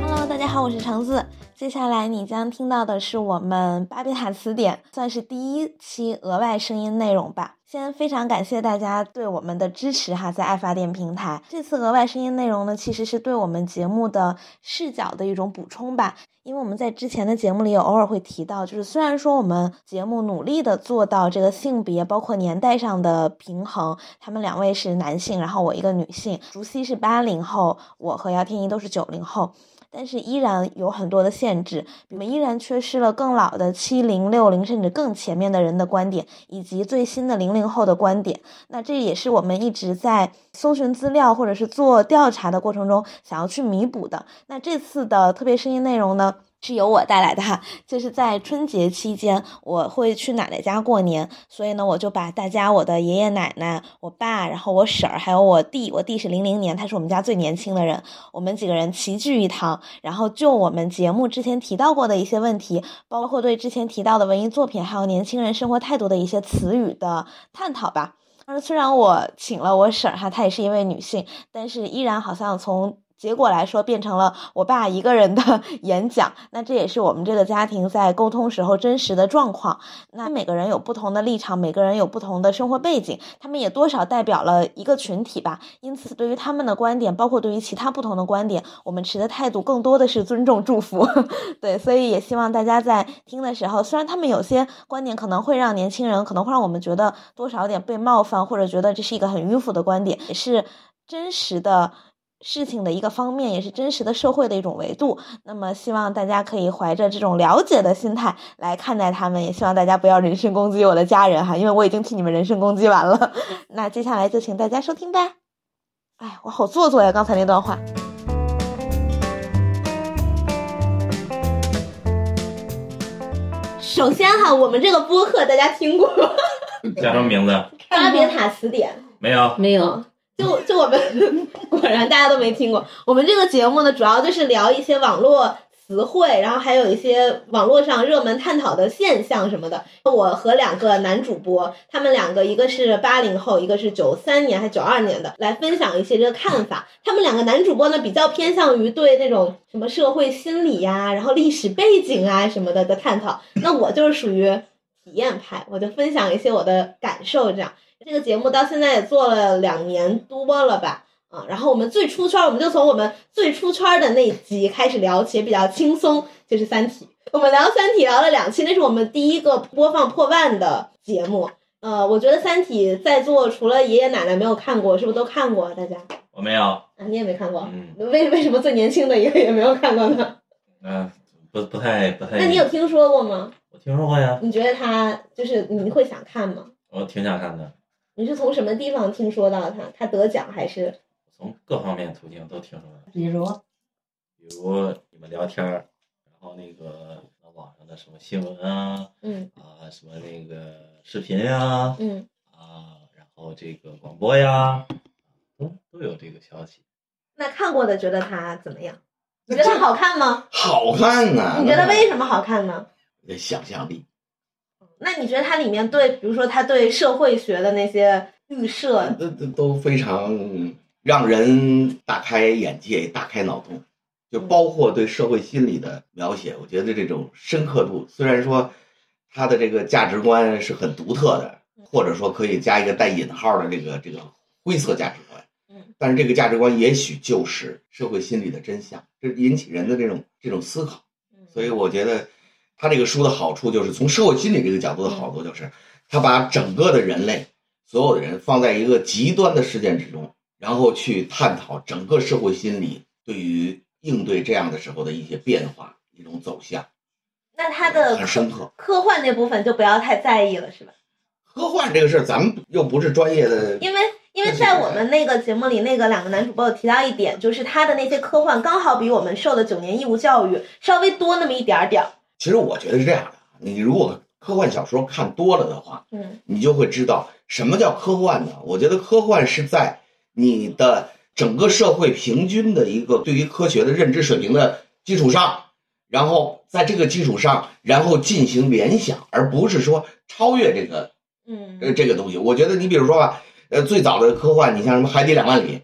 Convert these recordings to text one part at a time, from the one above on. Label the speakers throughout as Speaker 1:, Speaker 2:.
Speaker 1: Hello，大家好，我是橙子。接下来你将听到的是我们巴别塔词典，算是第一期额外声音内容吧。先非常感谢大家对我们的支持哈，在爱发电平台，这次额外声音内容呢，其实是对我们节目的视角的一种补充吧。因为我们在之前的节目里有偶尔会提到，就是虽然说我们节目努力的做到这个性别包括年代上的平衡，他们两位是男性，然后我一个女性，竹溪是八零后，我和姚天一都是九零后，但是依然有很多的限制，我们依然缺失了更老的七零、六零甚至更前面的人的观点，以及最新的零零后的观点。那这也是我们一直在搜寻资料或者是做调查的过程中想要去弥补的。那这次的特别声音内容呢？是由我带来的哈，就是在春节期间我会去奶奶家过年，所以呢，我就把大家我的爷爷奶奶、我爸，然后我婶儿，还有我弟，我弟是零零年，他是我们家最年轻的人，我们几个人齐聚一堂，然后就我们节目之前提到过的一些问题，包括对之前提到的文艺作品，还有年轻人生活态度的一些词语的探讨吧。但是虽然我请了我婶儿哈，她也是一位女性，但是依然好像从结果来说变成了我爸一个人的 演讲。那这也是我们这个家庭在沟通时候真实的状况。那每个人有不同的立场，每个人有不同的生活背景，他们也多少代表了一个群体吧。因此，对于他们的观点，包括对于其他不同的观点，我们持的态度更多的是尊重、祝福。 对，所以也希望大家在听的时候，虽然他们有些观点可能会让年轻人，可能会让我们觉得多少有点被冒犯，或者觉得这是一个很迂腐的观点，也是真实的事情的一个方面，也是真实的社会的一种维度。那么，希望大家可以怀着这种了解的心态来看待他们，也希望大家不要人身攻击我的家人哈，因为我已经替你们人身攻击完了。 那接下来就请大家收听吧。哎，我好做作呀，刚才那段话。首先哈，我们这个播客大家听过《
Speaker 2: 叫什么名字？
Speaker 1: 巴别塔词典》。
Speaker 2: 没有，
Speaker 3: 没有，
Speaker 1: 就就我们 果然大家都没听过。我们这个节目呢，主要就是聊一些网络词汇，然后还有一些网络上热门探讨的现象什么的。我和两个男主播，他们两个一个是八零后，一个是九三年还九二年的，来分享一些这个看法。他们两个男主播呢，比较偏向于对那种什么社会心理呀、然后历史背景啊什么的的探讨。那我就是属于体验派，我就分享一些我的感受这样。这个节目到现在也做了两年多了吧，啊，然后我们最出圈儿，我们就从我们最出圈儿的那一集开始聊起，也比较轻松，就是《三体》。我们聊《三体》聊了两期，那是我们第一个播放破万的节目。呃，我觉得《三体》在座除了爷爷奶奶没有看过，是不是都看过？啊大家
Speaker 2: 我没有。
Speaker 1: 啊，你也没看过，
Speaker 2: 嗯
Speaker 1: 为为什么最年轻的一个也没有看过呢？
Speaker 2: 嗯，不不太不太。
Speaker 1: 那你有听说过吗？
Speaker 2: 我听说过呀，
Speaker 1: 你觉得他就是你会想看吗？
Speaker 2: 我挺想看的，
Speaker 1: 你是从什么地方听说到他？他得奖还是？
Speaker 2: 从各方面途径都听说了，
Speaker 3: 比如
Speaker 2: 比如你们聊天儿，然后那个网上的什么新闻啊
Speaker 1: 嗯
Speaker 2: 啊，什么那个视频啊
Speaker 1: 嗯。
Speaker 2: 啊，然后这个广播呀，都都有这个消息。
Speaker 1: 那看过的觉得它怎么样？你
Speaker 4: 那
Speaker 1: 觉得它
Speaker 4: 这
Speaker 1: 好看吗？
Speaker 4: 好看呐、
Speaker 1: 你觉得为什么好看呢？
Speaker 4: 那想象力，
Speaker 1: 那你觉得它里面对，比如说它对社会学的那些预设，
Speaker 4: 这这都非常让人大开眼界、大开脑洞，就包括对社会心理的描写。我觉得这种深刻度，虽然说他的这个价值观是很独特的，或者说可以加一个带引号的这个这个灰色价值观
Speaker 1: 嗯，
Speaker 4: 但是这个价值观也许就是社会心理的真相，这引起人的这种这种思考。嗯
Speaker 1: 嗯
Speaker 4: 所以我觉得他这个书的好处就是从社会心理这个角度的好处
Speaker 1: 嗯
Speaker 4: 就是，他把整个的人类所有的人放在一个极端的事件之中，然后去探讨整个社会心理对于应对这样的时候的一些变化、一种走向，
Speaker 1: 那它的
Speaker 4: 很深刻。
Speaker 1: 科幻那部分就不要太在意了，是吧？
Speaker 4: 科幻这个事儿，咱们又不是专业的，
Speaker 1: 因为因为在我们那个节目里，那个两个男主播有提到一点，就是他的那些科幻刚好比我们受的九年义务教育稍微多那么一点儿点儿。
Speaker 4: 其实我觉得是这样的，啊你如果科幻小说看多了的话，
Speaker 1: 嗯
Speaker 4: 你就会知道什么叫科幻呢？我觉得科幻是在你的整个社会平均的一个对于科学的认知水平的基础上，然后在这个基础上，然后进行联想，而不是说超越这个
Speaker 1: 嗯
Speaker 4: 呃这个东西。我觉得你比如说吧，呃，最早的科幻，你像什么《海底两万里》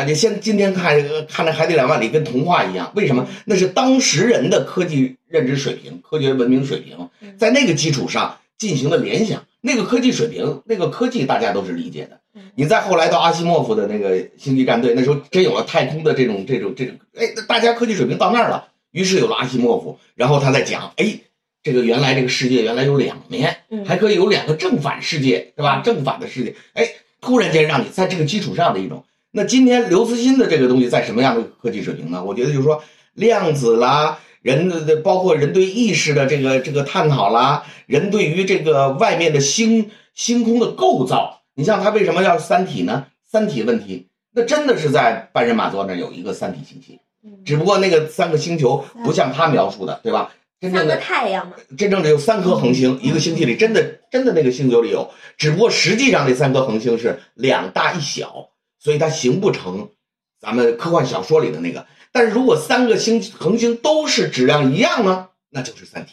Speaker 4: 啊，你现今天看这个看那《海底两万里》跟童话一样，为什么？那是当时人的科技认知水平、科学文明水平
Speaker 1: 嗯，
Speaker 4: 在那个基础上进行了联想。那个科技水平，那个科技大家都是理解的。
Speaker 1: 嗯
Speaker 4: 你再后来到阿西莫夫的那个《星际战队》，那时候真有了太空的这种这种这种，哎，大家科技水平到那儿了，于是有了阿西莫夫，然后他在讲，哎，这个原来这个世界原来有两面，
Speaker 1: 嗯
Speaker 4: 还可以有两个正反世界，对吧？正反的世界，哎，突然间让你在这个基础上的一种。那今天刘慈欣的这个东西在什么样的科技水平呢？我觉得就是说量子啦，人的的包括人对意识的这个这个探讨啦，人对于这个外面的星星空的构造，你像他为什么要《三体》呢？《三体》问题，那真的是在半人马座那儿有一个《三体》星系，
Speaker 1: 嗯
Speaker 4: 只不过那个三个星球不像他描述的，对吧？真正
Speaker 1: 三
Speaker 4: 的
Speaker 1: 个太阳嘛，
Speaker 4: 真正的有三颗恒星，一个星系里真的真的那个星球里有，只不过实际上这三颗恒星是两大一小，所以它形不成咱们科幻小说里的那个。但是如果三个星恒星都是质量一样呢，那就是三体。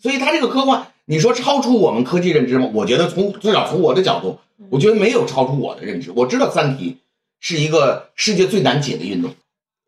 Speaker 4: 所以它这个科幻，你说超出我们科技认知吗？我觉得从至少从我的角度，我觉得没有超出我的认知。我知道三体是一个世界最难解的运动。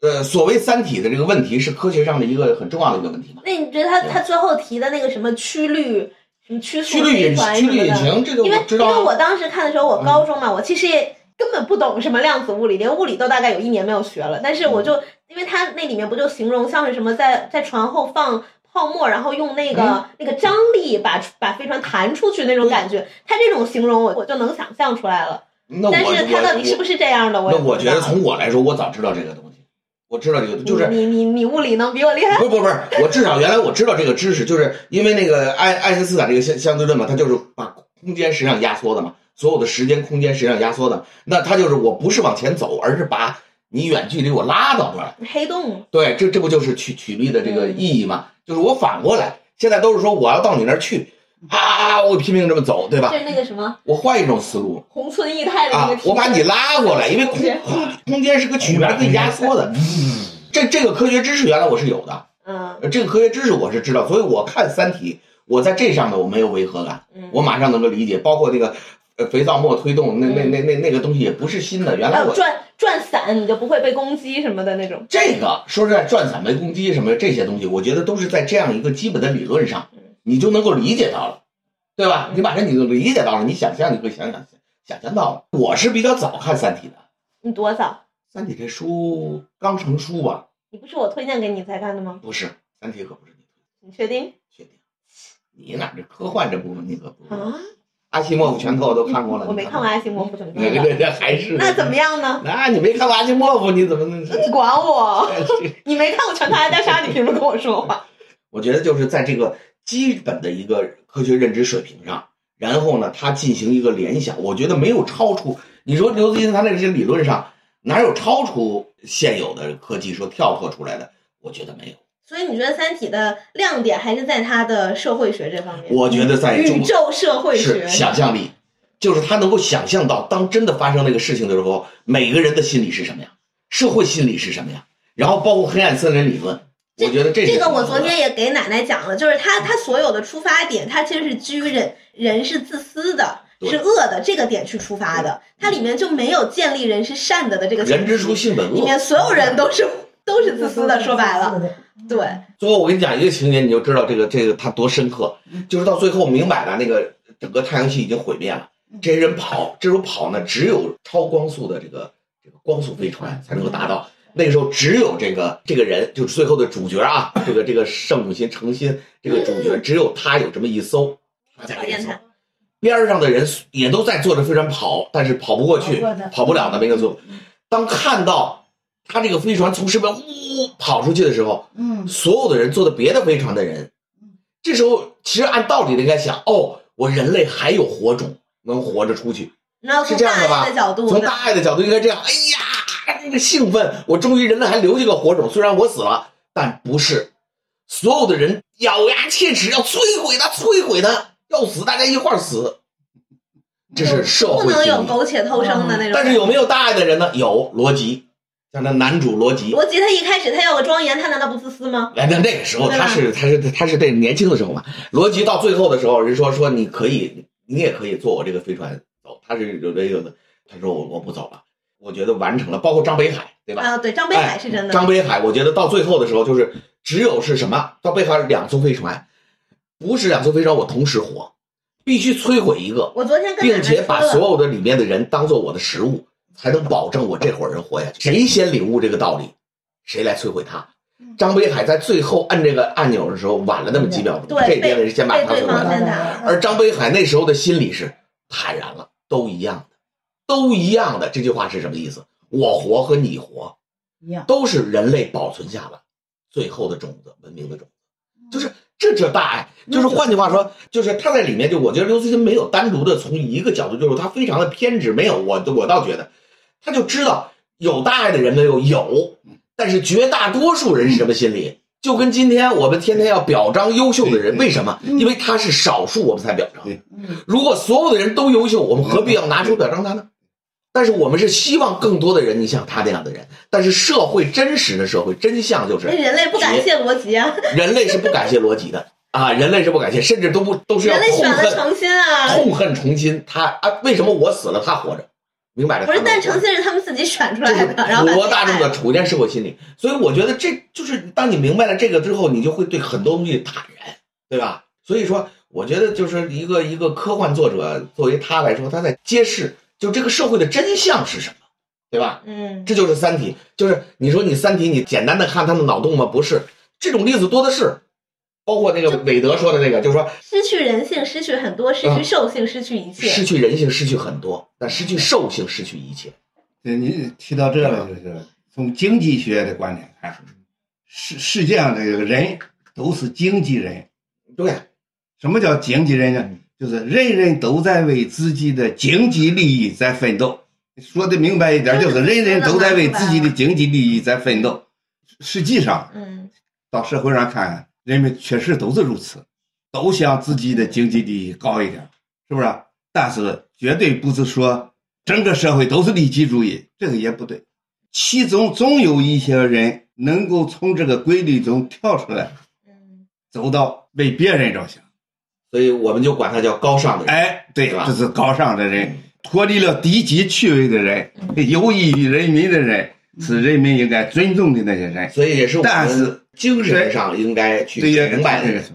Speaker 4: 呃，所谓三体的这个问题是科学上的一个很重要的一个问题嘛。
Speaker 1: 那你觉得他他最后提的那个什么曲率、什么曲速
Speaker 4: 曲率
Speaker 1: 飞
Speaker 4: 引
Speaker 1: 船
Speaker 4: 曲
Speaker 1: 什
Speaker 4: 率
Speaker 1: 么
Speaker 4: 引
Speaker 1: 的？
Speaker 4: 擎这个
Speaker 1: 因为
Speaker 4: 我知
Speaker 1: 因为
Speaker 4: 道
Speaker 1: 我
Speaker 4: 啊，
Speaker 1: 当时看的时候，我高中嘛，我其实也根本不懂什么量子物理，连物理都大概有一年没有学了。但是我
Speaker 4: 嗯
Speaker 1: 就，因为它那里面不就形容像是什么在在船后放泡沫，然后用那个、
Speaker 4: 嗯
Speaker 1: 那个张力把把飞船弹出去那种感觉，它这种形容我我就能想象出来了。
Speaker 4: 那我
Speaker 1: 但是它到底是不
Speaker 4: 我
Speaker 1: 是这样的，我
Speaker 4: 那
Speaker 1: 也不
Speaker 4: 我
Speaker 1: 知
Speaker 4: 觉
Speaker 1: 道嗯
Speaker 4: 得从我来说，我早知道这个东西，我知道这个
Speaker 1: 你
Speaker 4: 就是。
Speaker 1: 你你你物理能比我厉害？
Speaker 4: 不是不是不是，我至少原来我知道这个知识，就是因为那个爱爱因斯坦这个相相对论嘛，它就是把空间实际上压缩的嘛，所有的时间空间实际上压缩的，那它就是我不是往前走，而是把你远距离我拉到这儿来。
Speaker 1: 黑洞，
Speaker 4: 对，这这不就是曲曲率的这个意义嘛？就是我反过来，现在都是说我要到你那儿去，啊啊，啊我拼命这么走，对吧
Speaker 1: 就？是那个什么
Speaker 4: 我换一种思路，
Speaker 1: 红村液态的那
Speaker 4: 啊
Speaker 1: 个，题
Speaker 4: 我把你拉过来，因为空
Speaker 1: 对
Speaker 4: 空空间是个曲面被压缩的。
Speaker 5: 嗯
Speaker 4: 这这个科学知识原来我是有的，
Speaker 1: 嗯
Speaker 4: 呃这个科学知识我是知道，所以我看《三体》，我在这上面我没有违和感，
Speaker 1: 嗯，
Speaker 4: 我马上能够理解。包括那个呃肥皂沫推动，那
Speaker 1: 嗯
Speaker 4: 那那那那个东西也不是新的，原
Speaker 1: 还
Speaker 4: 来
Speaker 1: 有
Speaker 4: 我
Speaker 1: 转转伞，你就不会被攻击什么的那种。
Speaker 4: 这个说实在转伞为攻击什么这些东西，我觉得都是在这样一个基本的理论上
Speaker 1: 嗯，
Speaker 4: 你就能够理解到了，对吧？
Speaker 1: 嗯
Speaker 4: 你马上你就理解到了，你想象你会想想想象到了。我是比较早看《三体》的。
Speaker 1: 你多早？
Speaker 4: 《三体》这书刚成书吧？
Speaker 1: 你不是我推荐给你才看的吗？
Speaker 4: 不是，《三体》可不是你
Speaker 1: 你确定
Speaker 4: 确定。你哪这科幻这部分你可不？
Speaker 1: 啊？嗯
Speaker 4: 阿西莫夫全套我都看过了，。
Speaker 1: 我没看过《阿西莫夫》，怎么
Speaker 4: 那
Speaker 1: 知道
Speaker 4: 这这还是
Speaker 1: 那怎么？样呢？
Speaker 4: 那你没看过阿西莫夫，你怎么能？
Speaker 1: 你管我？
Speaker 4: 哎
Speaker 1: 你没看过《全套阿加莎》，你凭什么跟我说 话？
Speaker 4: 我觉得就是在这个基本的一个科学认知水平上，然后呢，他进行一个联想，我觉得没有超出。你说刘慈欣他那些理论上哪有超出现有的科技说跳脱出来的？我觉得没有。
Speaker 1: 所以你觉得《三体》的亮点还是在它的社会学这方面？
Speaker 4: 我觉得在中
Speaker 1: 宇宙社会学
Speaker 4: 是，想象力，就是他能够想象到，当真的发生那个事情的时候，每个人的心理是什么样，社会心理是什么样，然后包括黑暗森林理论，我觉得这
Speaker 1: 这
Speaker 4: 是
Speaker 1: 个我
Speaker 4: 很
Speaker 1: 昨
Speaker 4: 重要的
Speaker 1: 天也给奶奶讲了，就是她她所有的出发点，她其实是基于人人是自私的，
Speaker 4: 对
Speaker 1: 是恶的这个点去出发的，它里面就没有建立人是善的的这个
Speaker 4: 人之初性本
Speaker 1: 里
Speaker 4: 恶，
Speaker 1: 面所有人都是都是自私的，说白了，，对，
Speaker 4: 最后我跟你讲一个情节，你就知道这个这个他多深刻，就是到最后明摆了，那个整个太阳系已经毁灭了，这些人跑，这时候跑呢，只有超光速的这个这个光速飞船才能够达到。那个时候只有这个这个人，就是最后的主角啊，这个这个圣母心诚心这个主角，只有他有这么一艘，他才
Speaker 1: 讨
Speaker 4: 可以
Speaker 1: 厌
Speaker 4: 走
Speaker 1: 他。
Speaker 4: 边儿上的人也都在坐着飞船跑，但是跑不过去
Speaker 3: 跑不过的，嗯
Speaker 4: 跑不了的没个速。当看到他这个飞船从身边呜跑出去的时候，
Speaker 3: 嗯，
Speaker 4: 所有的人坐的别的飞船的人，这时候其实按道理应该想，哦，我人类还有火种能活着出去。
Speaker 1: 然后从
Speaker 4: 是这
Speaker 1: 大
Speaker 4: 样的吧
Speaker 1: 爱的角度
Speaker 4: 从
Speaker 1: 呢，
Speaker 4: 大爱的角度应该这样，哎呀，这个兴奋，我终于人类还留下个火种，虽然我死了，但不是，所有的人咬牙切齿要摧毁它，摧毁它，要死大家一块儿死，这是社
Speaker 1: 不
Speaker 4: 会嗯
Speaker 1: 能有
Speaker 4: 经济。
Speaker 1: 苟且偷生的那种。
Speaker 4: 但是有没有大爱的人呢？有罗辑，像那男主罗辑，
Speaker 1: 罗辑他一开始他要个庄园，他难道不自私吗？
Speaker 4: 来到哎那个时候，
Speaker 1: 对
Speaker 4: 他
Speaker 1: 吧
Speaker 4: 是他是他是在年轻的时候嘛。罗辑到最后的时候，人说说你可以，你也可以坐我这个飞船走。他是有这个，他说我我不走了，我觉得完成了。包括张北海，对吧？哎
Speaker 1: 啊，对，张北海是真的。
Speaker 4: 张北海，我觉得到最后的时候，就是只有是什么，到北海是两艘飞船，不是两艘飞船我同时活，必须摧毁一个，
Speaker 1: 我昨天跟奶
Speaker 4: 并
Speaker 1: 奶
Speaker 4: 且 把
Speaker 1: 说了
Speaker 4: 所有的里面的人当做我的食物，才能保证我这伙人活下去。谁先领悟这个道理，谁来摧毁他
Speaker 1: 嗯。
Speaker 4: 张北海在最后按这个按钮的时候晚了那么几秒钟，
Speaker 1: 对
Speaker 4: 这边的人先把
Speaker 1: 被
Speaker 4: 他摧
Speaker 1: 对
Speaker 4: 毁
Speaker 1: 方
Speaker 4: 了。
Speaker 1: 先打。
Speaker 4: 而张北海那时候的心理是坦然了，都一样的，都一样的。这句话是什么意思？我活和你活
Speaker 3: 一样，
Speaker 4: 都是人类保存下了最后的种子，文明的种子，就是这这大爱。就是换句话说，就是他在里面就我觉得刘慈欣没有单独的从一个角度，就是他非常的偏执，没有我我倒觉得，他就知道有大爱的人没有有，但是绝大多数人是什么心理？就跟今天我们天天要表彰优秀的人，
Speaker 5: 嗯
Speaker 4: 为什么？因为他是少数，我们才表彰。
Speaker 5: 嗯
Speaker 3: 嗯，
Speaker 4: 如果所有的人都优秀，我们何必要拿出表彰他呢？但是我们是希望更多的人，你像他这样的人。但是社会真实的社会真相就是
Speaker 1: 那，人类不感谢罗辑啊，
Speaker 4: 人类是不感谢逻辑的啊，人类是不感谢，甚至都不都是要
Speaker 1: 人类
Speaker 4: 痛
Speaker 1: 选了
Speaker 4: 恨
Speaker 1: 诚心啊，
Speaker 4: 痛恨重新。他啊，为什么我死了他活着？明白了？
Speaker 1: 不是，
Speaker 4: 他
Speaker 1: 但
Speaker 4: 们
Speaker 1: 诚
Speaker 4: 活着
Speaker 1: 心是他们自己选出
Speaker 4: 这
Speaker 1: 来
Speaker 4: 是
Speaker 1: 的，然后把
Speaker 4: 普
Speaker 1: 自
Speaker 4: 罗
Speaker 1: 己
Speaker 4: 大众
Speaker 1: 爱
Speaker 4: 的
Speaker 1: 了
Speaker 4: 普遍社会心理。所以我觉得这就是当你明白了这个之后，你就会对很多东西坦然，对吧？所以说，我觉得就是一个一个科幻作者，作为他来说，他在揭示就这个社会的真相是什么，对吧？
Speaker 1: 嗯，
Speaker 4: 这就是《三体》，就是你说你《三体》，你简单的看他的脑洞吗？不是，这种例子多的是，包括那个韦德说的那个，就是说
Speaker 1: 失去人性，失去很多，失
Speaker 4: 嗯
Speaker 1: 去兽性，失去一
Speaker 4: 失
Speaker 1: 切。
Speaker 4: 去人性，失去很多，但失去兽性，失去一切。
Speaker 5: 对你提到这了，就是从经济学的观点看，世世界上的人都是经纪人。
Speaker 4: 对，
Speaker 5: 什么叫经纪人呢？就是人人都在为自己的经济利益在奋斗。说的明白一点，就是人人都在为自己的经济利益在奋斗。实际上，
Speaker 1: 嗯，
Speaker 5: 到社会上看看，人们确实都是如此，都想自己的经济利益高一点，是不是？但是绝对不是说整个社会都是利己主义，这个也不对。其中总有一些人能够从这个规律中跳出来，
Speaker 1: 嗯
Speaker 5: 走到为别人着想。
Speaker 4: 所以我们就管他叫高尚的人。
Speaker 5: 哎，对
Speaker 4: 是吧
Speaker 5: 这是高尚的人，脱离了低级趣味的人，有益于人民的人，是人民应该尊重的那些人。
Speaker 4: 所以也是我
Speaker 5: 但
Speaker 4: 们
Speaker 5: 是
Speaker 4: 精神上应该去
Speaker 5: 对呀，
Speaker 4: 明白的
Speaker 5: 这个
Speaker 4: 人
Speaker 5: 是。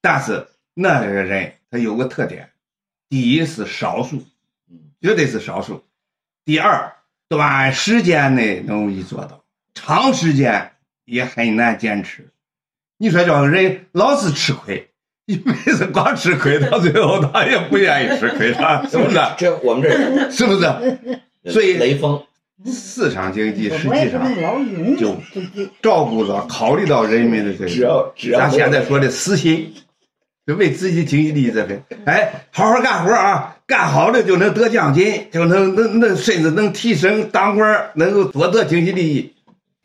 Speaker 5: 但是那个人他有个特点，第一是少数，
Speaker 4: 嗯
Speaker 5: 绝对是少数；第二，短时间内容易做到，长时间也很难坚持。你说叫人老是吃亏，因为是光吃亏，到最后他也不愿意吃亏了，是不是？
Speaker 4: 这我们这
Speaker 5: 是不是？
Speaker 4: 人
Speaker 5: 所以
Speaker 4: 雷锋，
Speaker 5: 市场经济实
Speaker 3: 我也
Speaker 5: 际
Speaker 3: 不
Speaker 5: 上
Speaker 3: 能老用
Speaker 5: 就
Speaker 3: 自己，
Speaker 5: 照顾到、考虑到人民的这个，
Speaker 4: 只要只要
Speaker 5: 咱现在说的私心，就为自己经济利益这份，哎，好好干活啊，干好了就能得奖金，就能能能甚至能提升当官儿，能够多得经济利益，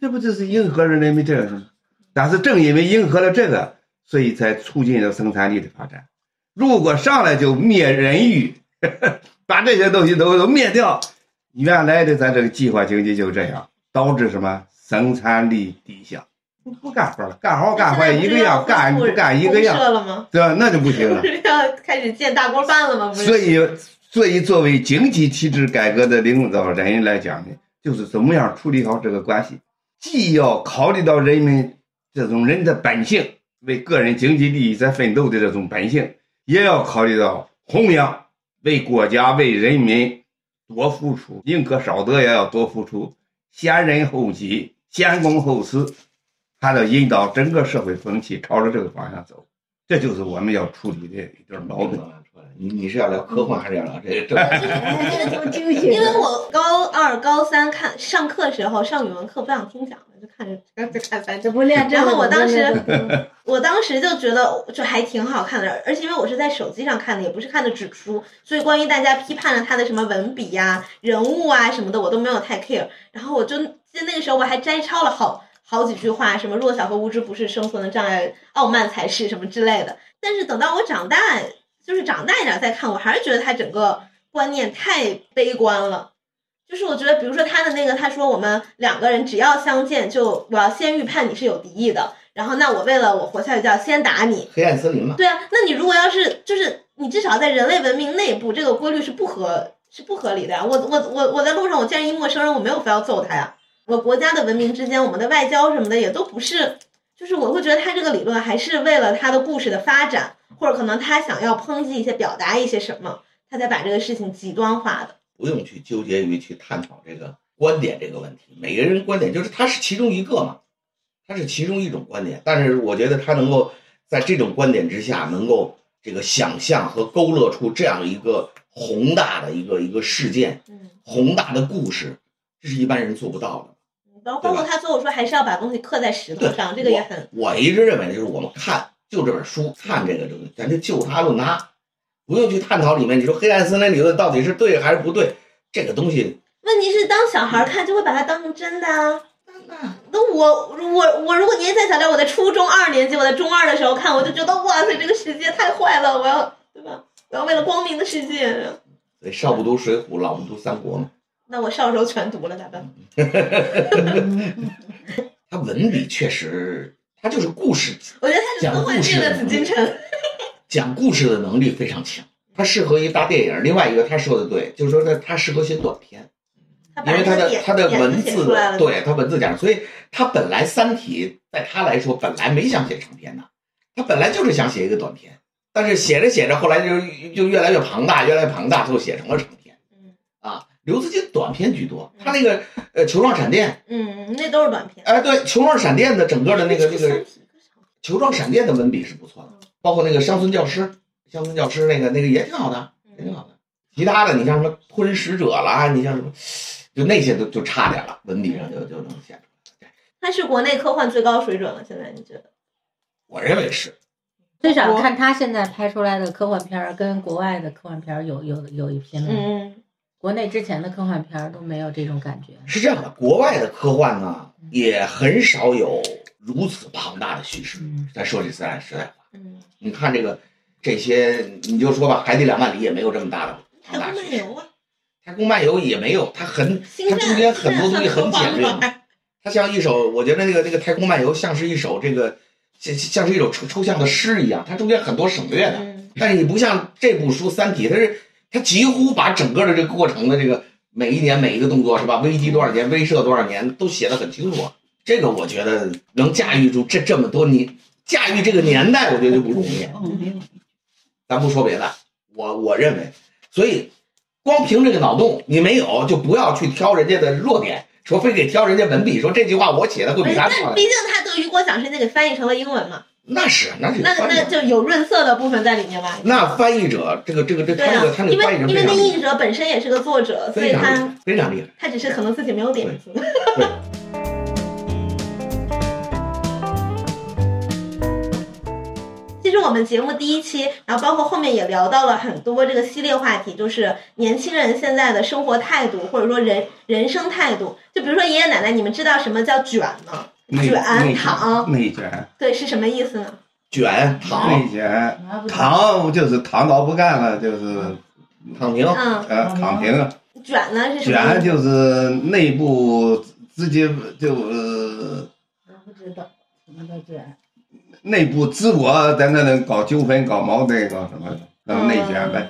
Speaker 5: 这不就是迎合了人民这个吗？但是正因为迎合了这个，所以才促进了生产力的发展。如果上来就灭人欲， 把这些东西都都灭掉，原来的咱这个计划经济就这样，导致什么生产力低下，不不干活了，干好干坏一个样，干不干一个
Speaker 1: 公社
Speaker 5: 样，
Speaker 1: 了吗？
Speaker 5: 对吧？那就不行
Speaker 1: 不
Speaker 5: 了。
Speaker 1: 是 要开始建大锅饭了吗？不是，
Speaker 5: 所以，所以作为经济体制改革的领导人来讲呢，就是怎么样处理好这个关系，既要考虑到人民这种人的本性，为个人经济利益在奋斗的这种本性，也要考虑到弘扬为国家为人民多付出，宁可少得也要多付出，先人后己，先公后私，还得引导整个社会风气朝着这个方向走。这就是我们要处理的一对矛盾。
Speaker 4: 你你是要聊科幻还是要聊这个？
Speaker 3: 哎这都经济
Speaker 1: 因为我高二、高三看上课时候上语文课不想听讲了，就看着就看三
Speaker 3: 这不练这个，
Speaker 1: 然后我当时
Speaker 3: 嗯
Speaker 1: 我当时就觉得就还挺好看的，而且因为我是在手机上看的，也不是看的纸书，所以关于大家批判了他的什么文笔呀、人物啊什么的，我都没有太 care。然后我就记得那个时候我还摘抄了好好几句话，什么弱小和无知不是生存的障碍，傲慢才是什么之类的。但是等到我长大，就是长大一点再看，我还是觉得他整个观念太悲观了。就是我觉得，比如说他的那个，他说我们两个人只要相见就，我要先预判你是有敌意的，然后那我为了我活下去就要先打你。
Speaker 4: 黑暗森林嘛，
Speaker 1: 对啊，那你如果要是就是你至少在人类文明内部这个规律是不合是不合理的呀。我我我我在路上我见着一陌生人，我没有非要揍他呀。我国家的文明之间，我们的外交什么的也都不是，就是我会觉得他这个理论还是为了他的故事的发展，或者可能他想要抨击一些、表达一些什么，他才把这个事情极端化的。
Speaker 4: 不用去纠结于去探讨这个观点这个问题。每个人观点就是它是其中一个嘛，它是其中一种观点。但是我觉得他能够在这种观点之下，能够这个想象和勾勒出这样一个宏大的一个一个事件、
Speaker 1: 嗯，
Speaker 4: 宏大的故事，这是一般人做不到的。
Speaker 1: 然后嗯包括他最后说还是要把东西刻在石头上，这个也很
Speaker 4: 我。我一直认为就是我们看就这本书，看这个东西，咱就就它论它，不用去探讨里面你说黑暗森林理论到底是对还是不对，这个东西
Speaker 1: 问题是，当小孩儿看就会把它当成真的啊。那我我我如果年纪再小点，我在初中二年级，我在中二的时候看，我就觉得哇塞，这个世界太坏了，我要对吧？我要为了光明的世界。
Speaker 4: 所以少不读水浒，老不读三国嘛。
Speaker 1: 那我小时候全读了，咋办？
Speaker 4: 他文笔确实，他就是故事
Speaker 1: 我觉得他是科幻界的紫禁城。
Speaker 4: 讲故事的能力非常强，他适合于搭电影。另外一个他说的对，就是说他他适合写短篇，因为他的他的文字
Speaker 1: 出来了，
Speaker 4: 对他文字讲，所以他本来《三体》在他来说本来没想写长篇的，他本来就是想写一个短篇，但是写着写着后来就就越来越庞大，越来越庞大，最后写成了长篇。
Speaker 1: 嗯
Speaker 4: 啊，刘慈欣短篇居多，他那个呃《球状闪电
Speaker 1: 嗯，那都是短》，片。
Speaker 4: 哎，对，《球状闪电》的整个的那个那个
Speaker 1: 三体
Speaker 4: 球状闪电的文笔是不错的，包括那个乡村教师，乡村教师那个那个也挺好的，也挺好的。其他的你像什么吞食者啦，你像什么，就那些都就差点了，文笔上就就能显出。
Speaker 1: 他是国内科幻最高水准了，现在你觉得？
Speaker 4: 我认为是，
Speaker 3: 至少
Speaker 1: 我
Speaker 3: 看他现在拍出来的科幻片儿跟国外的科幻片儿有有有一拼了。
Speaker 1: 嗯
Speaker 3: 国内之前的科幻片儿都没有这种感觉。
Speaker 4: 是这样的，国外的科幻呢也很少有如此庞大的叙事。
Speaker 3: 嗯，
Speaker 4: 咱说句实在实在话，
Speaker 1: 嗯，
Speaker 4: 你看这个这些，你就说吧，《海底两万里》也没有这么大的
Speaker 1: 太
Speaker 4: 庞大
Speaker 1: 空
Speaker 4: 叙
Speaker 1: 漫
Speaker 4: 事，《
Speaker 1: 游啊，
Speaker 4: 太空漫游》也没有，它很
Speaker 1: 星
Speaker 4: 它
Speaker 1: 战
Speaker 4: 中间很多东西很简
Speaker 1: 星战算
Speaker 4: 略嘛
Speaker 1: 科幻吧
Speaker 4: 它像一首，我觉得那个那个《太空漫游》像是一首这个，像像是一首抽抽象的诗一样，它中间很多省略的。
Speaker 1: 嗯
Speaker 4: 但是你不像这部书《三体》，它是它几乎把整个的这个过程的这个每一年每一个动作是吧，危机多少年，威慑多少年都写得很清楚。啊这个我觉得能驾驭住这这么多年，驾驭这个年代，我觉得就不容易。啊
Speaker 3: 嗯
Speaker 4: 咱不说别的，我我认为，所以光凭这个脑洞，你没有就不要去挑人家的弱点，说非得挑人家文笔，说这句话我写的会比他漂
Speaker 1: 但
Speaker 4: 亮
Speaker 1: 哎毕，竟他德语过奖是那给翻译成了英文嘛，
Speaker 4: 哎那是那是有
Speaker 1: 那
Speaker 4: 翻译
Speaker 1: 那
Speaker 4: 者，
Speaker 1: 就有润色的部分在里面吧。
Speaker 4: 那翻译者这个这个这
Speaker 1: 对
Speaker 4: 他
Speaker 1: 啊
Speaker 4: 这个他，这
Speaker 1: 因
Speaker 4: 个翻译
Speaker 1: 为
Speaker 4: 人
Speaker 1: 因
Speaker 4: 非
Speaker 1: 为那
Speaker 4: 常厉害
Speaker 1: 译者本身也是个作者，所
Speaker 4: 非
Speaker 1: 以
Speaker 4: 常厉
Speaker 1: 他
Speaker 4: 害，非常厉害。
Speaker 1: 他只是可能自己没有点子。其实我们节目第一期，然后包括后面也聊到了很多这个系列话题，就是年轻人现在的生活态度，或者说人人生态度。就比如说爷爷奶奶，你们知道什么叫卷吗？
Speaker 5: 内
Speaker 1: 卷
Speaker 5: 内
Speaker 1: 躺，
Speaker 5: 内卷
Speaker 1: 对，是什么意思呢？
Speaker 4: 卷躺
Speaker 5: 内
Speaker 4: 哦
Speaker 5: 卷，
Speaker 3: 拿不
Speaker 5: 躺就是躺倒不干了，就是
Speaker 4: 躺平，
Speaker 1: 嗯，
Speaker 5: 呃
Speaker 4: 哦
Speaker 5: 躺平了。
Speaker 1: 卷呢是什么意思？
Speaker 5: 卷就是内部直接就、呃、
Speaker 3: 我不知道什么叫卷。
Speaker 5: 内部自我在那里搞纠纷、搞矛盾、搞什么的，那内卷呗。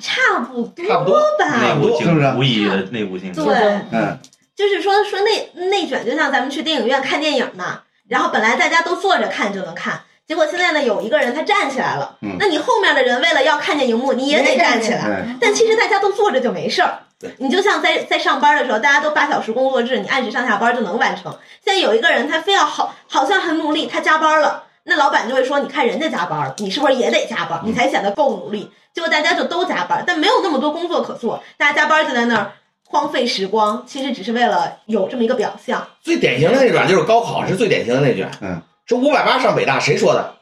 Speaker 1: 差不多
Speaker 4: 差不多
Speaker 1: 吧
Speaker 4: 嗯，
Speaker 2: 内部
Speaker 5: 是不是
Speaker 2: 竞无意义的内部竞争，
Speaker 1: 对。
Speaker 4: 哦
Speaker 5: 嗯，
Speaker 1: 就是说说内内卷，就像咱们去电影院看电影嘛，然后本来大家都坐着看就能看，结果现在呢有一个人他站起来了，
Speaker 5: 嗯
Speaker 1: 那你后面的人为了要看见荧幕，你也得站起来，
Speaker 5: 哎，
Speaker 1: 但其实大家都坐着就没事儿
Speaker 4: 对。
Speaker 1: 你就像在在上班的时候，大家都八小时工作制，你按时上下班就能完成。现在有一个人他非要好，好像很努力，他加班了，那老板就会说：“你看人家加班了，你是不是也得加班？
Speaker 4: 嗯
Speaker 1: 你才显得够努力。”结果大家就都加班，但没有那么多工作可做，大家加班就在那儿荒废时光，其实只是为了有这么一个表象。
Speaker 4: 最典型的那卷就是高考是最典型的那卷。
Speaker 5: 嗯，
Speaker 4: 说五百八上北大，谁说的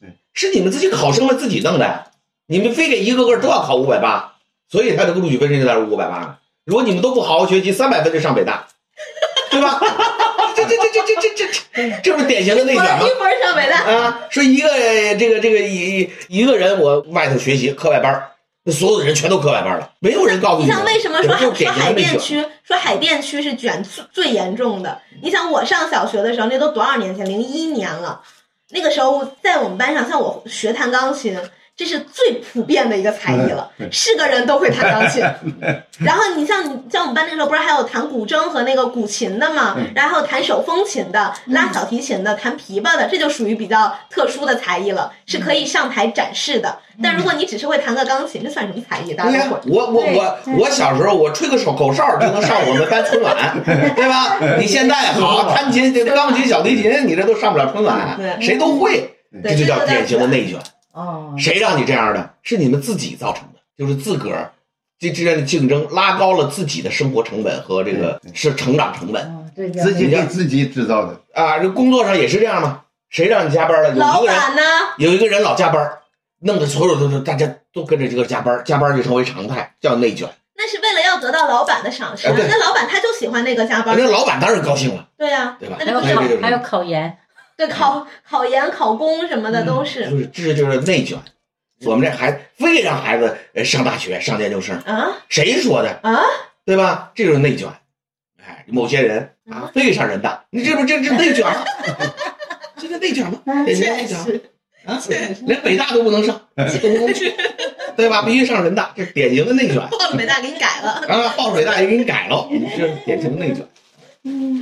Speaker 5: 对？
Speaker 4: 是你们自己考生们自己弄的，你们非得一个个都要考五百八，所以他的录取分数就在五百八呢。如果你们都不好好学习，三百分就上北大，对吧？ 这这这这这这这这，这不是典型的内
Speaker 1: 我一
Speaker 4: 卷吗？
Speaker 1: 分上北大，
Speaker 4: 啊，说一个这个这个一一个人，我外头学习课外班儿，所有的人全都磕外边了，没有人告诉
Speaker 1: 你
Speaker 4: 你
Speaker 1: 想为什么说
Speaker 4: 我
Speaker 1: 海说
Speaker 4: 就是典型
Speaker 1: 海
Speaker 4: 的那
Speaker 1: 淀
Speaker 4: 种。
Speaker 1: 区说海淀区是卷最最严重的？你想我上小学的时候，那都多少年前，零一年了，那个时候在我们班上，像我学弹钢琴，这是最普遍的一个才艺 了，是个人都会弹钢琴。然后你像你像我们班那时候不是还有弹古筝和那个古琴的嘛，
Speaker 4: 嗯
Speaker 1: 然后还有弹手风琴的、拉小提琴的、弹琵琶的，这就属于比较特殊的才艺了，是可以上台展示的。但如果你只是会弹个钢琴，这算什么才艺？大
Speaker 4: 对
Speaker 1: 家
Speaker 4: 呀
Speaker 1: 都会，。
Speaker 4: 我我
Speaker 3: 对
Speaker 4: 我我小时候我吹个手口哨就能上我们班春 晚，对吧？你现在好弹琴、钢琴、小提琴，你这都上不了春晚，
Speaker 1: 对
Speaker 4: 谁都会，
Speaker 1: 对
Speaker 4: 这就叫典型的
Speaker 1: 这
Speaker 4: 内卷。
Speaker 3: 哦，
Speaker 4: 谁让你这样的？是你们自己造成的，就是自个儿之之间的竞争拉高了自己的生活成本和这个是成长成本
Speaker 3: 哦，对对
Speaker 5: 自己给自己制造的，
Speaker 4: 啊。这工作上也是这样吗？谁让你加班了？有
Speaker 1: 老
Speaker 4: 一个人
Speaker 1: 板呢？
Speaker 4: 有一个人老加班，弄得所有都是大家都跟着这个加班，加班就成为常态，叫内卷。
Speaker 1: 那是为了要得到老板的赏识啊，
Speaker 4: 哎对
Speaker 1: 那老板他就喜欢那个加班
Speaker 4: 反
Speaker 1: 儿，
Speaker 4: 正老板当然高兴了，
Speaker 1: 对呀、
Speaker 4: 对吧
Speaker 1: 那
Speaker 3: 还
Speaker 1: 就不
Speaker 3: 有
Speaker 1: 是好
Speaker 4: 哎对对
Speaker 3: 考还有考研，
Speaker 1: 对
Speaker 4: 嗯
Speaker 1: 考考研、考公什么的都是
Speaker 4: 就是这就是内卷。我们这孩子非得让孩子呃上大学、上研究生，
Speaker 1: 啊
Speaker 4: 谁说的？
Speaker 1: 啊！
Speaker 4: 对吧？这就是内卷。哎，某些人啊，非得上人大，你这不这这内卷吗？ 这是内卷吗？这是内
Speaker 1: 确
Speaker 4: 卷吗
Speaker 1: 实，
Speaker 4: 啊，连北大都不能上，都不能去，对吧？必须上人大，这是典型的内卷
Speaker 1: 报了北大给你改了。
Speaker 4: 啊！报水大也给你改了，你这是典型的内卷。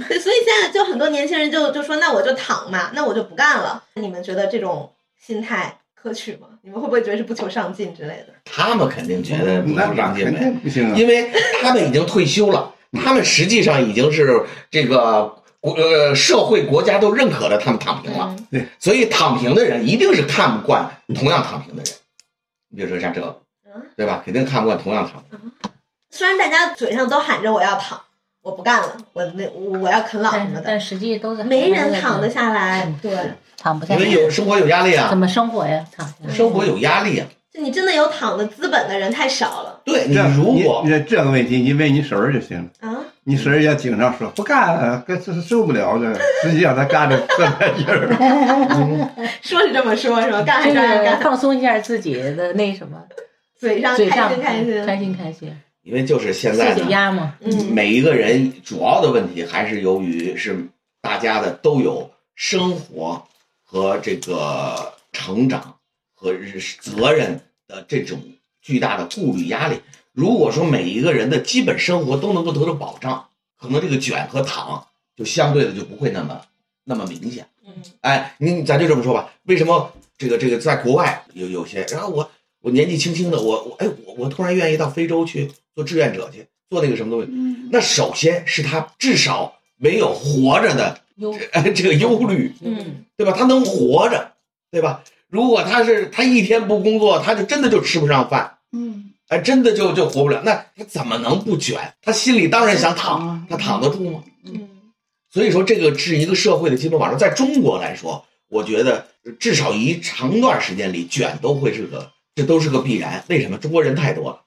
Speaker 1: 对，所以现在就很多年轻人就就说，那我就躺嘛，那我就不干了。你们觉得这种心态可取吗？你们会不会觉得是不求上进之类的？
Speaker 4: 他们肯定觉得不能
Speaker 5: 那
Speaker 4: 上进
Speaker 5: 肯
Speaker 4: 呗，
Speaker 5: 定不行啊。
Speaker 4: 因为他们已经退休了，他们实际上已经是这个国呃社会国家都认可了，他们躺平了。
Speaker 1: 嗯，
Speaker 4: 所以躺平的人一定是看不惯同样躺平的人。你比如说像这个
Speaker 1: 嗯，
Speaker 4: 对吧？肯定看不惯同样躺平。
Speaker 1: 虽然大家嘴上都喊着我要躺，我不干了，我那我我要啃老什
Speaker 3: 但
Speaker 1: 么的，
Speaker 3: 但实际都是
Speaker 1: 没人躺得下来
Speaker 3: 嗯。
Speaker 1: 对，
Speaker 3: 躺不下
Speaker 4: 因为
Speaker 3: 来，
Speaker 4: 有生活有压力
Speaker 3: 嗯怎
Speaker 4: 啊，
Speaker 3: 么生活呀？躺不下来
Speaker 4: 生活有压力啊。
Speaker 1: 就你真的有躺的资本的人太少了
Speaker 4: 对你
Speaker 5: 这样
Speaker 4: 如果
Speaker 5: 你你这个问题，你问你婶儿就行了。
Speaker 1: 啊。
Speaker 5: 你婶儿也经常说不干了，这这受不了了，实际上她干的这来劲儿。
Speaker 1: 说是这么说，是吧？干还
Speaker 3: 这
Speaker 1: 是干
Speaker 3: 个
Speaker 1: 干，
Speaker 3: 放松一下自己的那什么，
Speaker 1: 嘴上
Speaker 3: 嘴
Speaker 1: 开
Speaker 3: 上
Speaker 1: 心开心。
Speaker 3: 开心开心，
Speaker 4: 因为就是现在
Speaker 3: 解解
Speaker 4: 呢，
Speaker 3: 压嘛。
Speaker 1: 嗯，
Speaker 4: 每一个人主要的问题还是由于是大家的都有生活和这个成长和责任的这种巨大的顾虑压力。如果说每一个人的基本生活都能够得到保障，可能这个卷和躺就相对的就不会那么那么明显。
Speaker 1: 嗯，
Speaker 4: 哎，你咱就这么说吧，为什么这个这个在国外有有些，然后我我年纪轻轻的，我我哎我我突然愿意到非洲去做志愿者去做那个什么东西？那首先是他至少没有活着的
Speaker 3: 忧，
Speaker 4: 哎这个忧虑，
Speaker 1: 嗯
Speaker 4: 对吧？他能活着，对吧？如果他是他一天不工作，他就真的就吃不上饭，
Speaker 6: 嗯，
Speaker 4: 哎，真的就就活不了。那他怎么能不卷？他心里当然想躺
Speaker 6: 嗯，
Speaker 4: 他躺得住吗？
Speaker 1: 嗯
Speaker 4: 所以说，这个是一个社会的基本保障。在中国来说，我觉得至少一长段时间里，卷都会是个，这都是个必然。为什么？中国人太多了，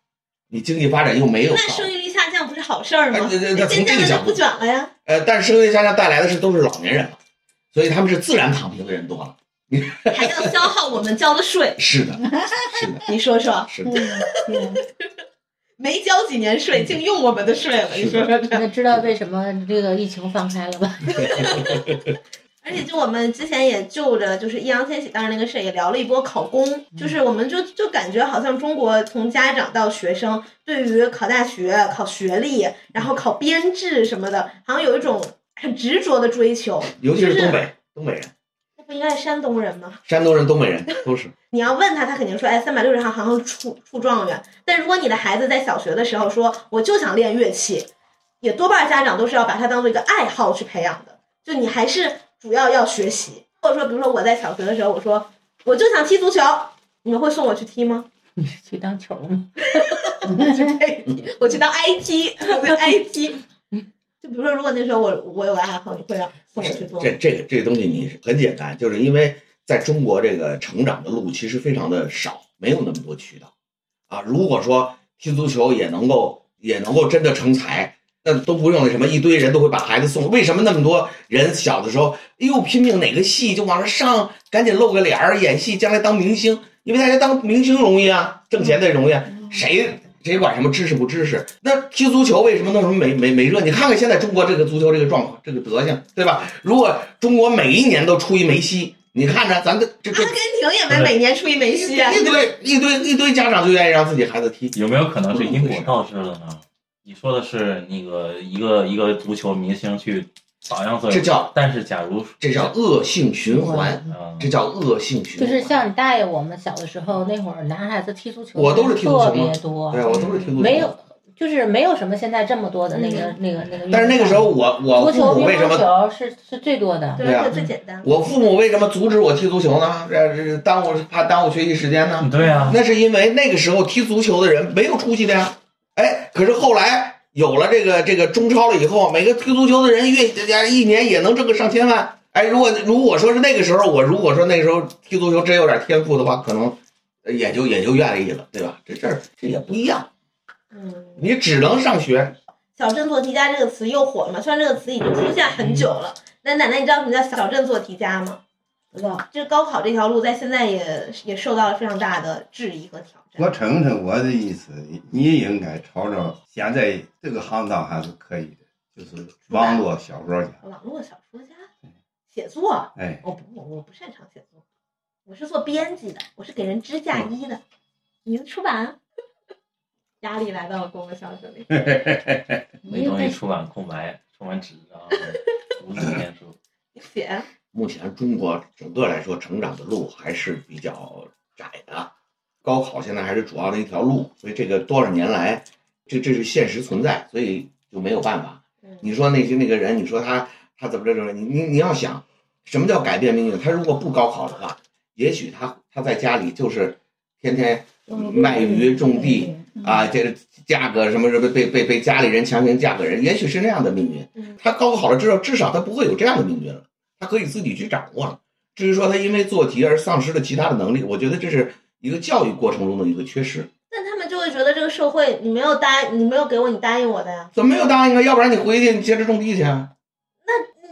Speaker 4: 你经济发展又没有
Speaker 1: 那
Speaker 4: 到，
Speaker 1: 生育率下降不是好事儿
Speaker 4: 哎
Speaker 1: 吗？
Speaker 4: 对对对
Speaker 1: 那渐
Speaker 4: 从这
Speaker 1: 渐
Speaker 4: 个
Speaker 1: 的
Speaker 4: 角
Speaker 1: 就
Speaker 4: 度
Speaker 1: 不卷了 呀。
Speaker 4: 呃，但是生育下降带来的是都是老年人了，所以他们是自然躺平的人多了。，
Speaker 1: 还要消耗我们交的税
Speaker 4: 是的，是的，
Speaker 1: 你说说，
Speaker 4: 是的。
Speaker 6: 嗯，
Speaker 1: 没交几年
Speaker 4: 嗯
Speaker 1: 税，竟用我们的税了，你说说这。
Speaker 3: 那知道为什么这个疫情放开了吧？
Speaker 1: 而且就我们之前也就着就是易烊千玺当时那个事儿也聊了一波考公，
Speaker 4: 嗯
Speaker 1: 就是我们就就感觉好像中国从家长到学生，对于考大学、考学历，然后考编制什么的，好像有一种很执着的追求。
Speaker 4: 尤其是东北东北人，
Speaker 1: 那不应该是山东人吗？
Speaker 4: 山东人、东北人都是。
Speaker 1: 你要问他，他肯定说，哎，三百六十行行行出出状元。但如果你的孩子在小学的时候说，我就想练乐器，也多半家长都是要把它当做一个爱好去培养的，就你还是主要要学习。或者说，比如说我在小学的时候，我说我就想踢足球，你们会送我去踢吗？ 哎
Speaker 3: 你是去当球吗？
Speaker 1: 我去当 IT，我去 IT。就 比如说，如果那时候我我有个爱好，你会让送我去做吗
Speaker 4: 这？这个这个东西你是很简单，就是因为在中国这个成长的路其实非常的少，没有那么多渠道啊。如果说踢足球也能够也能够真的成才，那都不用那什么，一堆人都会把孩子送。为什么那么多人小的时候又拼命哪个戏就往上上，
Speaker 1: 嗯
Speaker 4: 赶紧露个脸儿演戏，将来当明星？因为大家当明星容易啊，挣钱的容易啊。谁谁管什么知识不知识？那踢足球为什么弄什么美美美热？你看看现在中国这个足球这个状况，这个德行，对吧？如果中国每一年都出一梅西，你看着咱的这这
Speaker 1: 阿根廷也没每年出一梅西啊，
Speaker 4: 一堆一堆一堆家长就愿意让自己孩子踢，
Speaker 2: 有没有可能是因果倒置的呢？你说的是那个一个一个足球明星去榜样作
Speaker 4: 这
Speaker 2: 用，
Speaker 4: 叫
Speaker 2: 但是假如
Speaker 4: 这叫恶性循环，
Speaker 2: 嗯
Speaker 4: 这叫恶性循
Speaker 3: 就
Speaker 4: 环。
Speaker 3: 是像你大爷我们小的时候那会儿，男孩子踢足球，
Speaker 4: 我都是踢足球
Speaker 3: 特别多，
Speaker 4: 对我都是踢足球，
Speaker 3: 没有，就是没有什么现在这么多的那个那个那个运动项目。
Speaker 4: 但是那个时候我我父
Speaker 3: 足球、
Speaker 4: 母
Speaker 3: 乒
Speaker 4: 为什么
Speaker 3: 乓球是是最多的。
Speaker 1: 对
Speaker 4: 对啊
Speaker 1: 而且最简单。
Speaker 4: 我父母为什么阻止我踢足球呢？这这耽误怕耽误学习时间呢？
Speaker 2: 对啊，
Speaker 4: 那是因为那个时候踢足球的人没有出息的呀。哎，可是后来有了这个这个中超了以后，每个踢足球的人月家一年也能挣个上千万。哎，如果如果说是那个时候，我如果说那个时候踢足球真有点天赋的话，可能呃也就也就愿意了，对吧？这事儿这也不一样，
Speaker 1: 嗯，
Speaker 4: 你只能上学。
Speaker 1: 小镇做题家这个词又火了嘛？虽然这个词已经出现很久了，但奶奶，你知道什么叫小镇做题家吗？
Speaker 3: 不知道
Speaker 1: 这高考这条路在现在也也受到了非常大的质疑和挑
Speaker 5: 我
Speaker 1: 战。
Speaker 5: 承承我的意思，你也应该朝着现在这个行当还是可以的，就是网络小说家。
Speaker 1: 网络小说家写作，
Speaker 5: 哎，
Speaker 1: 我不我我不擅长写作，我是做编辑的，我是给人织嫁
Speaker 3: 嗯
Speaker 1: 衣的。你的出版压力来到了郭沫小手
Speaker 3: 嗯
Speaker 1: 里，
Speaker 2: 没东西出版空白，出版纸张，无字天书。
Speaker 1: 你写
Speaker 4: 目前中国整个来说成长的路还是比较窄的，高考现在还是主要的一条路，所以这个多少年来，这这是现实存在，所以就没有办法。
Speaker 3: 嗯
Speaker 4: 你说那些那个人，你说他他怎么着怎么着，你你你要想，什么叫改变命运？他如果不高考的话，也许他他在家里就是天天卖鱼种地啊，这个嫁个什么什么被被被家里人强行嫁个人，也许是那样的命运
Speaker 1: 嗯。
Speaker 4: 他高考了之后，至少他不会有这样的命运了，他可以自己去掌握了。至于说他因为做题而丧失了其他的能力，我觉得这是一个教育过程中的一个缺失。
Speaker 1: 但他们就会觉得这个社会你没有答应，你没有给我你答应我的呀。
Speaker 4: 怎么没有答应啊？要不然你回去你接着种地去啊？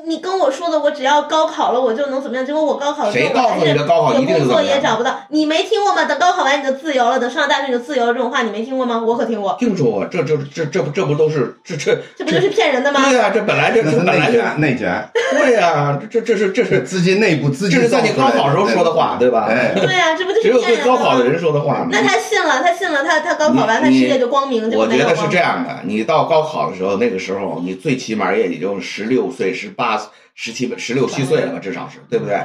Speaker 1: 你跟我说的，我只要高考了，我就能怎么样？结果我高考了之
Speaker 4: 谁
Speaker 1: 后，我
Speaker 4: 告
Speaker 1: 还
Speaker 4: 诉你
Speaker 1: 是
Speaker 4: 的高考一定
Speaker 1: 有工
Speaker 4: 是怎
Speaker 1: 作
Speaker 4: 么
Speaker 1: 也
Speaker 4: 样？
Speaker 1: 找不到。你没听过吗？等高考完你就自由了，等上大学你就自由了，这种话你没听过吗？我可听过，
Speaker 4: 听说过，这这这这不这不都是这这
Speaker 1: 这不就是骗人的吗？
Speaker 4: 对呀、啊这本来这这
Speaker 5: 那是
Speaker 4: 本来
Speaker 5: 内
Speaker 4: 就
Speaker 5: 卷，内卷，
Speaker 4: 对呀、这这这是这
Speaker 5: 这
Speaker 4: 是
Speaker 5: 自己内部自己
Speaker 4: 这是在你高考时候说的话，对吧？
Speaker 5: 哎，
Speaker 1: 对呀、这不就是
Speaker 4: 只有
Speaker 1: 骗
Speaker 4: 对
Speaker 1: 人
Speaker 4: 高考
Speaker 1: 吗
Speaker 4: 的？人说的话嘛。
Speaker 1: 那他信了，他信了，他他高考完，他
Speaker 4: 你
Speaker 1: 世
Speaker 4: 你
Speaker 1: 界就光明，就
Speaker 4: 我
Speaker 1: 没
Speaker 4: 觉
Speaker 1: 有
Speaker 4: 得
Speaker 1: 光
Speaker 4: 是
Speaker 1: 明。
Speaker 4: 这样的，你到高考的时候，那个时候你最起码也也就十六岁、十八、十七、十六七岁了吧，至少是对不对？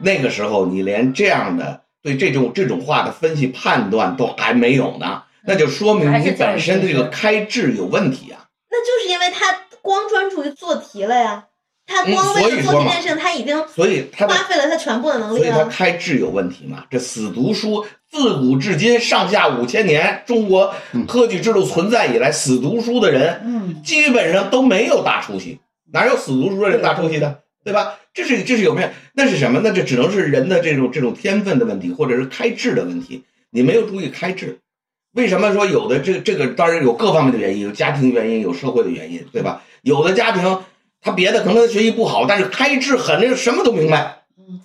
Speaker 4: 那个时候你连这样的对这种这种话的分析判断都还没有呢，那就说明
Speaker 3: 还是
Speaker 4: 你
Speaker 3: 教育
Speaker 4: 本身的这
Speaker 3: 知
Speaker 4: 个
Speaker 3: 识
Speaker 4: 开智有问题啊。
Speaker 1: 那就是因为他光专注于做题了呀，他
Speaker 4: 嗯
Speaker 1: 光为
Speaker 4: 所
Speaker 1: 了
Speaker 4: 以
Speaker 1: 做
Speaker 4: 说
Speaker 1: 题这
Speaker 4: 嘛
Speaker 1: 件事情，他已经
Speaker 4: 所以他的
Speaker 1: 花费了他全部的能
Speaker 4: 所
Speaker 1: 力啊
Speaker 4: 以他
Speaker 1: 了。
Speaker 4: 开智有问题嘛？这死读书自古至今上下五千年，中国科举制度存在以来，死读书的人
Speaker 3: 嗯，
Speaker 4: 基本上都没有大出息，哪有死读书的人大出息
Speaker 1: 嗯
Speaker 4: 的，对吧？这是这是有没有？那是什么？那这只能是人的这种这种天分的问题，或者是开智的问题。你没有注意开智，为什么说有的这这个当然有各方面的原因，有家庭原因，有社会的原因，对吧？有的家庭他别的可能他学习不好，但是开智很，那什么都明白。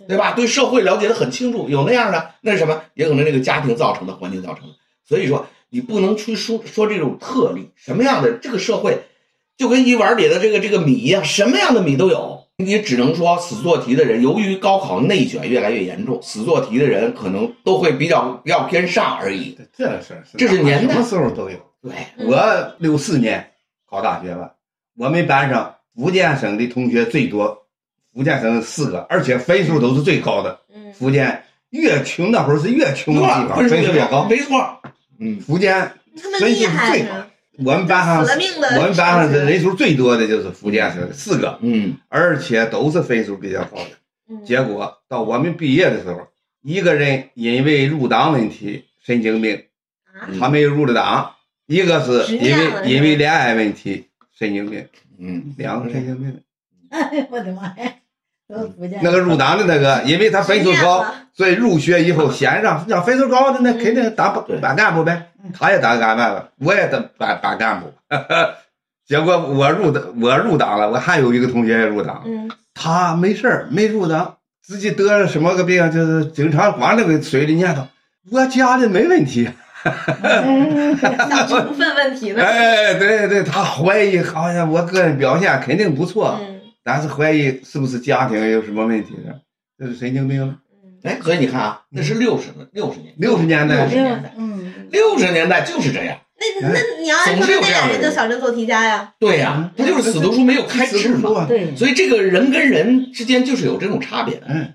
Speaker 4: 对吧？对社会了解的很清楚，有那样的，那是什么？也可能这个家庭造成的，环境造成的。所以说，你不能去说说这种特例，什么样的这个社会，就跟一碗里的这个这个米一样，什么样的米都有。你只能说死做题的人，由于高考内卷越来越严重，死做题的人可能都会比较比较偏上而已。
Speaker 5: 这事儿
Speaker 4: 这是年代
Speaker 5: 什么时候都有。
Speaker 4: 对，
Speaker 5: 我六四年考大学了，我们班上福建省的同学最多，福建省四个，而且分数都是最高的。
Speaker 1: 嗯，
Speaker 5: 福建越穷那会儿是越穷的地方，
Speaker 4: 分
Speaker 5: 分
Speaker 4: 数
Speaker 5: 数
Speaker 4: 越
Speaker 5: 越
Speaker 4: 高，
Speaker 5: 高。
Speaker 4: 没错。嗯，
Speaker 5: 福建
Speaker 1: 他们
Speaker 5: 分
Speaker 1: 厉
Speaker 5: 数
Speaker 1: 害
Speaker 5: 最
Speaker 1: 是
Speaker 5: 高
Speaker 1: 吧，
Speaker 5: 我们班上
Speaker 1: 死了命的
Speaker 5: 我们班上
Speaker 1: 是
Speaker 5: 的人数最多的就是福建省四个，
Speaker 4: 嗯，
Speaker 5: 而且都是分数比较高的。
Speaker 1: 嗯
Speaker 5: 结果到我们毕业的时候，一个人因为入党问题神经病，
Speaker 1: 啊，
Speaker 4: 嗯
Speaker 5: 他没有入的党；一个是因为因为恋爱问题神经病，
Speaker 4: 嗯，
Speaker 5: 两个神经病。
Speaker 3: 哎我的妈呀，都不见
Speaker 5: 那个入党的那个，因为他分数
Speaker 1: 失恋
Speaker 5: 高
Speaker 1: 了，
Speaker 5: 所以入学以后先让让分数高的那肯定当班班干部呗，他也当干部了，我也当班班干部。 结果我入的我入党了，我还有一个同学也入党了，
Speaker 1: 嗯，
Speaker 5: 他没事儿，没入党，自己得了什么个病，就是经常往那个水里念叨，我家里没问题，
Speaker 6: 想成分问题呢？
Speaker 5: 哎，对对，他怀疑，好像我个人表现肯定不错，
Speaker 6: 嗯
Speaker 5: 但是怀疑是不是家庭有什么问题呢？这是神经病。
Speaker 6: 嗯，
Speaker 4: 哎，所以你看啊，那是六十六十年
Speaker 5: 60年代
Speaker 4: 六十年代，
Speaker 3: 嗯，
Speaker 4: 六十年代就是这样。
Speaker 6: 那那你要按说那俩人就小镇做题家呀，
Speaker 4: 对呀、嗯哎他就是死读书没啊有开
Speaker 5: 是
Speaker 4: 智嘛。
Speaker 5: 吧？
Speaker 3: 对，
Speaker 4: 所以这个人跟人之间就是有这种差别的。
Speaker 5: 嗯，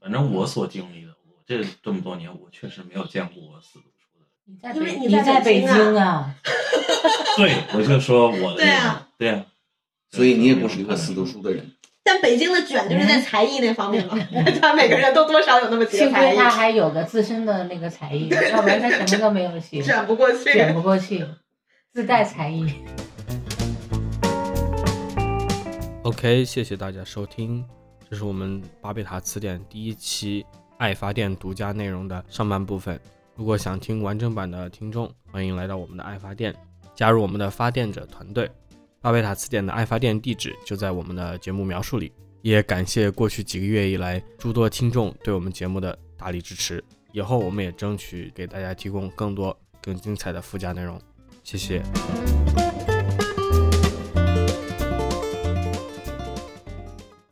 Speaker 2: 反正我所经历的，我这这么多年，我确实没有见过我死读书的。
Speaker 3: 你在
Speaker 6: 因为
Speaker 3: 北
Speaker 6: 你
Speaker 3: 你
Speaker 6: 在
Speaker 3: 在
Speaker 6: 北
Speaker 3: 北
Speaker 6: 京
Speaker 3: 京啊，
Speaker 2: 对，我就说我的
Speaker 6: 对啊，
Speaker 2: 对呀，
Speaker 4: 所以你也不是一个死读书的人。
Speaker 6: 但北京的卷就是在才艺那方面嘛，他每个人都多少有那么几个
Speaker 3: 幸
Speaker 6: 才
Speaker 3: 亏
Speaker 6: 艺，
Speaker 3: 他还有个自身的那个才艺，要不然他什么都没有学，
Speaker 6: 卷不过去。
Speaker 3: 卷不过去，自带才艺。
Speaker 7: OK，谢谢大家收听，这是我们巴贝塔词典第一期爱发电独家内容的上半部分。如果想听完整版的听众，欢迎来到我们的爱发电，加入我们的发电者团队。巴贝塔词典的爱发电地址就在我们的节目描述里。也感谢过去几个月以来诸多听众对我们节目的大力支持，以后我们也争取给大家提供更多更精彩的附加内容。谢谢。